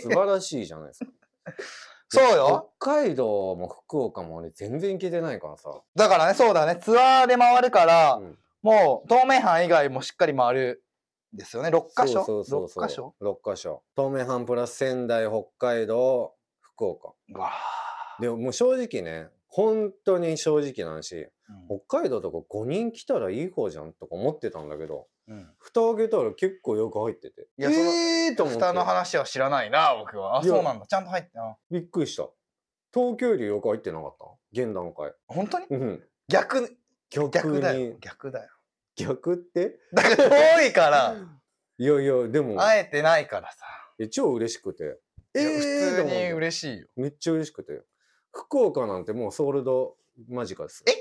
Speaker 2: 素晴らしいじゃないですか。
Speaker 3: そうよ。
Speaker 2: 北海道も福岡も俺全然行けてないからさ。
Speaker 3: だからね、そうだね。ツアーで回るから、
Speaker 2: うん
Speaker 3: もう、東名阪以外もしっかり回る。ですよね。六箇所。
Speaker 2: そうそうそうそう。
Speaker 3: 六
Speaker 2: ?6
Speaker 3: 箇所。
Speaker 2: 箇所。東名阪プラス仙台、北海道、福岡。
Speaker 3: うわ
Speaker 2: でももう正直ね、本当に正直な話、
Speaker 3: ー
Speaker 2: 北海道とか5人来たらいい方じゃんとか思ってたんだけど、
Speaker 3: うんうん
Speaker 2: 蓋を開けたら結構よく入ってて。
Speaker 3: いやその
Speaker 2: えーと思って。
Speaker 3: 蓋の話は知らないな、僕は。あ、
Speaker 2: いや
Speaker 3: そうなんだ。ちゃんと入ってな。
Speaker 2: びっくりした。東京よりよく入ってなかった現段階。
Speaker 3: 本当に
Speaker 2: うん。
Speaker 3: 逆、
Speaker 2: 逆に
Speaker 3: 逆だよ。逆だよ。
Speaker 2: 逆って
Speaker 3: だから遠いから、
Speaker 2: いやいや、でも、
Speaker 3: 会えてないからさ。
Speaker 2: え超嬉しくて。え
Speaker 3: いや
Speaker 2: ーと
Speaker 3: 普
Speaker 2: 思っ
Speaker 3: 通に
Speaker 2: て
Speaker 3: 嬉しいよ。
Speaker 2: めっちゃ嬉しくて。福岡なんてもうソールド間近ですよ。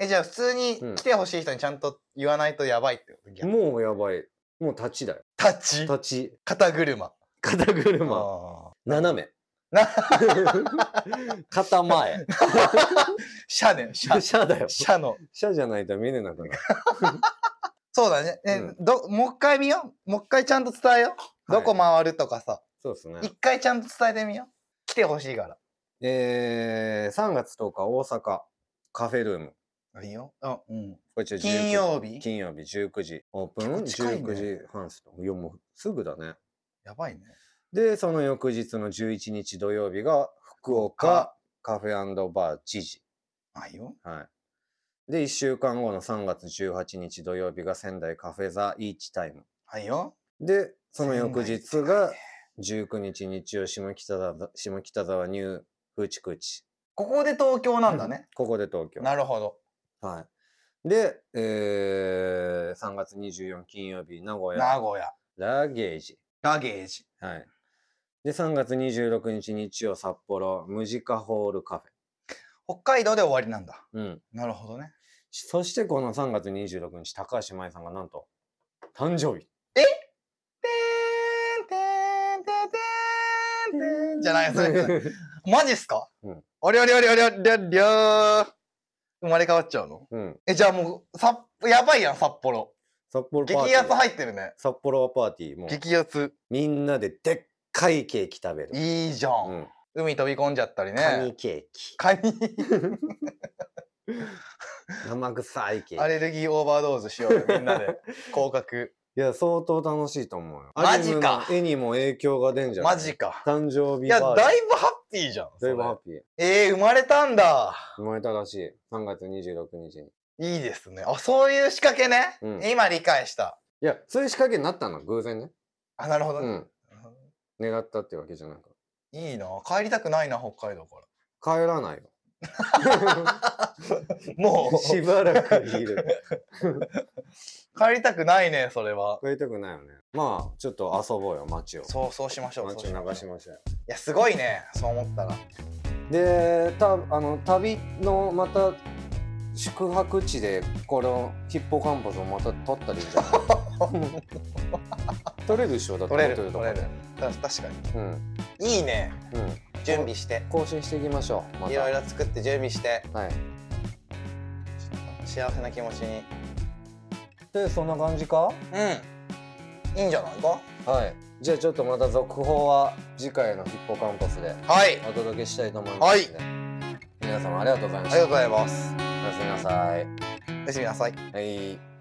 Speaker 3: え、じゃあ普通に来てほしい人にちゃんと言わないとやばいってこと逆
Speaker 2: もうやばい。もう立ちだよ。
Speaker 3: 立ち
Speaker 2: 立ち。
Speaker 3: 肩車。
Speaker 2: 肩車。
Speaker 3: あ
Speaker 2: 斜め
Speaker 3: な。
Speaker 2: 肩前。
Speaker 3: ー車ね、車。
Speaker 2: 車だよ。
Speaker 3: 車の。
Speaker 2: 車じゃないと見れなくなる。
Speaker 3: そうだね。え、
Speaker 2: う
Speaker 3: ど、もう一回見よう。もう一回ちゃんと伝えよう。
Speaker 2: はい
Speaker 3: どこ回るとかさ。
Speaker 2: そうですね。
Speaker 3: 一回ちゃんと伝えてみよう。来てほしいか
Speaker 2: えー、3月10日大阪カフェルーム。
Speaker 3: ら。いいよ。あ、うん。
Speaker 2: こちら19時
Speaker 3: 金曜日
Speaker 2: 金曜日19時オープン、
Speaker 3: 結構近いね
Speaker 2: 19時半スいやもうすぐだね
Speaker 3: やばいね。
Speaker 2: でその翌日の11日土曜日が福岡カフェバー知事
Speaker 3: あ、いいよ。
Speaker 2: はいで1週間後の3月18日土曜日が仙台カフェザイーチタイム
Speaker 3: あ、いいよ。
Speaker 2: でその翌日
Speaker 3: 仙台
Speaker 2: が
Speaker 3: ね
Speaker 2: 19日日曜下北沢下北沢ニューフチクチ
Speaker 3: ここで東京なんだね。
Speaker 2: ここで東京
Speaker 3: なるほど。
Speaker 2: はいで、えー、3月24金曜日名古
Speaker 3: 名
Speaker 2: 屋
Speaker 3: 古屋。
Speaker 2: ラゲージ
Speaker 3: ラゲージ。
Speaker 2: はい。で、3月26日日曜札幌、ムジカホールカ
Speaker 3: 北海道で終わりなんだ。
Speaker 2: フェ。うん。
Speaker 3: なるほどね。
Speaker 2: そしてこの3月26日、高橋舞さんがなんと、誕生日。
Speaker 3: てーんてーんてーんてーんてーんじゃないそれ。マジっすか
Speaker 2: うん
Speaker 3: ありゃりゃりゃりゃりゃりゃー生まれ変わっちゃうの
Speaker 2: うん。
Speaker 3: え、じゃあもう、さやばいやん、札幌。
Speaker 2: 札幌パーテ
Speaker 3: 激
Speaker 2: ィー。
Speaker 3: アツ入ってるね。
Speaker 2: 札幌はパーティー。もう、
Speaker 3: 激アツ。
Speaker 2: みんなででっかいケーキ食べる。
Speaker 3: いいじゃ。
Speaker 2: うんん。
Speaker 3: 海飛び込んじゃったり
Speaker 2: カ
Speaker 3: ね
Speaker 2: ニ。ケー
Speaker 3: カニ、
Speaker 2: キ。生臭いケ
Speaker 3: ア
Speaker 2: ーキ。
Speaker 3: レルギーオーバードーズしようよ、みんなで。 広角。
Speaker 2: いや、相当楽しいと思うよ。
Speaker 3: マジか
Speaker 2: アニメの絵にも影響が出んじゃない
Speaker 3: マジか。
Speaker 2: 誕生日
Speaker 3: いや、
Speaker 2: バージョン
Speaker 3: だいぶハッピーじゃん。
Speaker 2: だいぶハッ
Speaker 3: そ
Speaker 2: ピー。
Speaker 3: れえー、生まれたんだ。
Speaker 2: 生まれたらしい。3月26日に。
Speaker 3: いいですね。あ、そういう仕掛けね。
Speaker 2: うん
Speaker 3: 今理解した。
Speaker 2: いや、そういう仕掛けになったの、偶然ね。
Speaker 3: あ、なるほど
Speaker 2: うん。
Speaker 3: ね。
Speaker 2: 狙ったってわけじゃないから。
Speaker 3: いいな。帰りたくないな、北海道から。
Speaker 2: 帰らない よ。
Speaker 3: も う、
Speaker 2: しばらくいる。
Speaker 3: 帰りたくないね、それは。
Speaker 2: 帰りたくないよね。まあ、ちょっと遊ぼうよ、街を。
Speaker 3: そう、そうしましょう。そう
Speaker 2: 街を流し
Speaker 3: ょう。
Speaker 2: ましょう。
Speaker 3: いや、すごいね。そう思ったら。
Speaker 2: で、た、あの、旅の、また、宿泊地で、このヒッポカンパスをまた取ったらいいんじゃ ない取れるでしょ、だって
Speaker 3: 取れる
Speaker 2: ホテルとかで
Speaker 3: 取れる。た確かに。
Speaker 2: うん。
Speaker 3: いいね。
Speaker 2: うん。
Speaker 3: 準備して。
Speaker 2: 更新していきましょう。また
Speaker 3: いろいろ作って準備して。
Speaker 2: はい。
Speaker 3: 幸せな気持ちに。
Speaker 2: で、そんな感じか
Speaker 3: うん。いいんじゃないか
Speaker 2: はい。じゃあちょっとまた続報は次回のヒッポカンパスで
Speaker 3: はい。あり
Speaker 2: お届けしたいと思いますので、皆様ありがとうございまし
Speaker 3: が
Speaker 2: た
Speaker 3: とうございます。
Speaker 2: おやすみなさい
Speaker 3: おやすみなさい。
Speaker 2: はい